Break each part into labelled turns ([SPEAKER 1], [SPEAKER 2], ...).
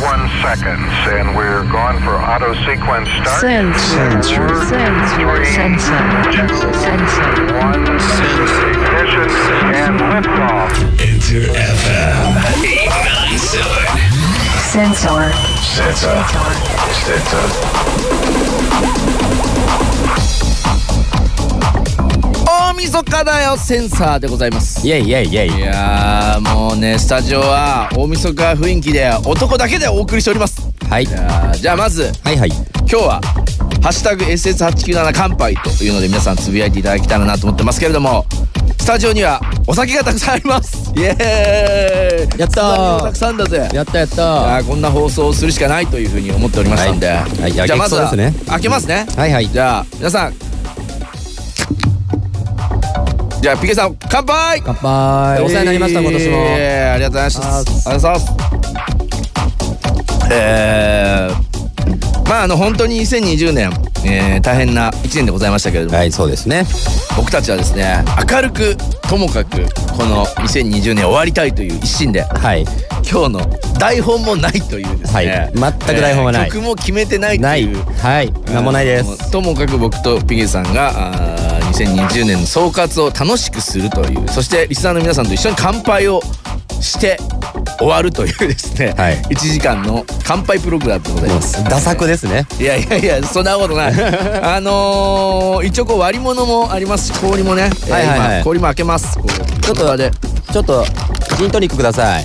[SPEAKER 1] seconds, and we're going for auto sequence start.
[SPEAKER 2] Sensor.
[SPEAKER 3] Sensor.
[SPEAKER 1] Four,
[SPEAKER 2] Sensor.
[SPEAKER 1] three,
[SPEAKER 2] Sensor.
[SPEAKER 1] two,
[SPEAKER 2] Sensor.
[SPEAKER 1] one, ignition, and liftoff.
[SPEAKER 4] Enter FM 897.
[SPEAKER 2] Sensor.
[SPEAKER 4] Sensor. Sensor.
[SPEAKER 5] 大晦日だよセンサーでございます
[SPEAKER 6] イェイイェイイェイ
[SPEAKER 5] いやーもうねスタジオは大晦日雰囲気で男だけでお送りしております
[SPEAKER 6] はい
[SPEAKER 5] いやーじゃあまず
[SPEAKER 6] はいはい
[SPEAKER 5] 今日は「ハッシュタグ #SS897 乾杯」というので皆さんつぶやいていただきたいなと思ってますけれどもスタジオにはお酒がたくさんありますイエーイ
[SPEAKER 6] や
[SPEAKER 5] ス
[SPEAKER 6] ったー
[SPEAKER 5] タジオたくさんだぜ
[SPEAKER 6] やったやった
[SPEAKER 5] いや
[SPEAKER 6] は
[SPEAKER 5] ーこんな放送をするしかないというふうに思っておりましたんで、
[SPEAKER 6] はいはいいや
[SPEAKER 5] じゃあまずは
[SPEAKER 6] 激闘ですね
[SPEAKER 5] 開けますね、
[SPEAKER 6] いはい
[SPEAKER 5] じゃあ皆さんじゃあピケさん乾杯
[SPEAKER 6] 乾杯お世話になりました今年も
[SPEAKER 5] えーありがとうございますありがとうございますえーまああの本当に2020年、えー大変な1年でございましたけれども、
[SPEAKER 6] はいそうですね
[SPEAKER 5] 僕たちはですね明るくともかくこの2020年終わりたいという一心で
[SPEAKER 6] はい
[SPEAKER 5] 今日の台本もないというですね、
[SPEAKER 6] はい全く台本はない
[SPEAKER 5] 曲も決めてないと
[SPEAKER 6] ないいうはいなんもないです
[SPEAKER 5] ともかく僕とピゲさんがあー2020年の総括を楽しくするというそしてリスナーの皆さんと一緒に乾杯をして終わるというですね、
[SPEAKER 6] はい
[SPEAKER 5] 1時間の乾杯プログラムでござい
[SPEAKER 6] もう
[SPEAKER 5] ます。
[SPEAKER 6] ダ作ですね
[SPEAKER 5] いやいやいやそんな ことないあのー、一応こう割り物もありますし氷もね、えー
[SPEAKER 6] はいはいはい
[SPEAKER 5] 今氷も開けますこうちょっとあれ
[SPEAKER 6] ちょっとジントニックください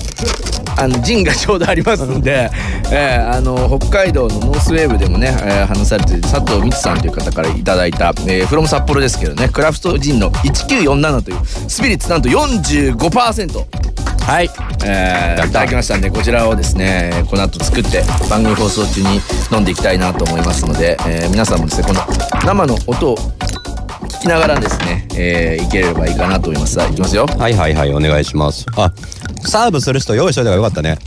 [SPEAKER 5] あのジンがちょうどありますんで、えーあの北海道のノースウェーブでもね、えー話されている佐藤光さんという方からいただいた、えー、from 札幌ですけどねクラフトジンの1947というスピリッツなんと45%。
[SPEAKER 6] はい
[SPEAKER 5] えー、いただきましたんでこちらをですねこの後作って番組放送中に飲んでいきたいなと思いますので、えー皆さんもですねこの生の音を聞きながらですね、えーいければいいかなと思いますさあいきますよ
[SPEAKER 6] はいはいはいお願いしますあサーブする人用意しといた方がよかったね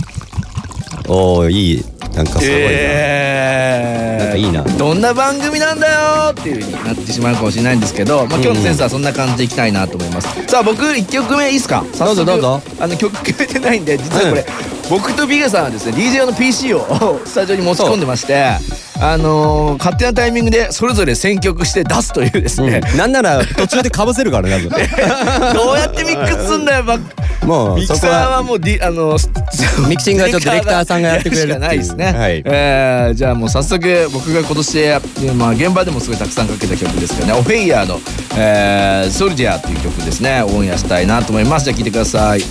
[SPEAKER 6] おおいいなんかすごいな、
[SPEAKER 5] え
[SPEAKER 6] なんかいいな
[SPEAKER 5] どんな番組なんだよーっていう風になってしまうかもしれないんですけど、まあ、今日のセンスはそんな感じでいきたいなと思います、さあ僕1曲目いいっすか
[SPEAKER 6] どうぞどうぞ
[SPEAKER 5] 早速あの曲決めてないんで実はこれ、僕とビゲさんはですね DJ 用の PC をスタジオに持ち込んでましてあのー勝手なタイミングでそれぞれ選曲して出すというですね、
[SPEAKER 6] うんなんなら途中でかぶせるからね 多
[SPEAKER 5] どうやってミックスすんだよバッ
[SPEAKER 6] 分もう
[SPEAKER 5] ミキ
[SPEAKER 6] そこ
[SPEAKER 5] サー
[SPEAKER 6] は
[SPEAKER 5] はもうディあの
[SPEAKER 6] ミキシングはちょっとディレクターさんがやってくれる
[SPEAKER 5] しかないですね。
[SPEAKER 6] はい
[SPEAKER 5] えーじゃあもう早速僕が今年やってまあ現場でもすごいたくさんかけた曲ですけどね、オフェイヤーの、えー、ソルジャーという曲ですね。オンエアしたいなと思います。じゃあ聞いてください。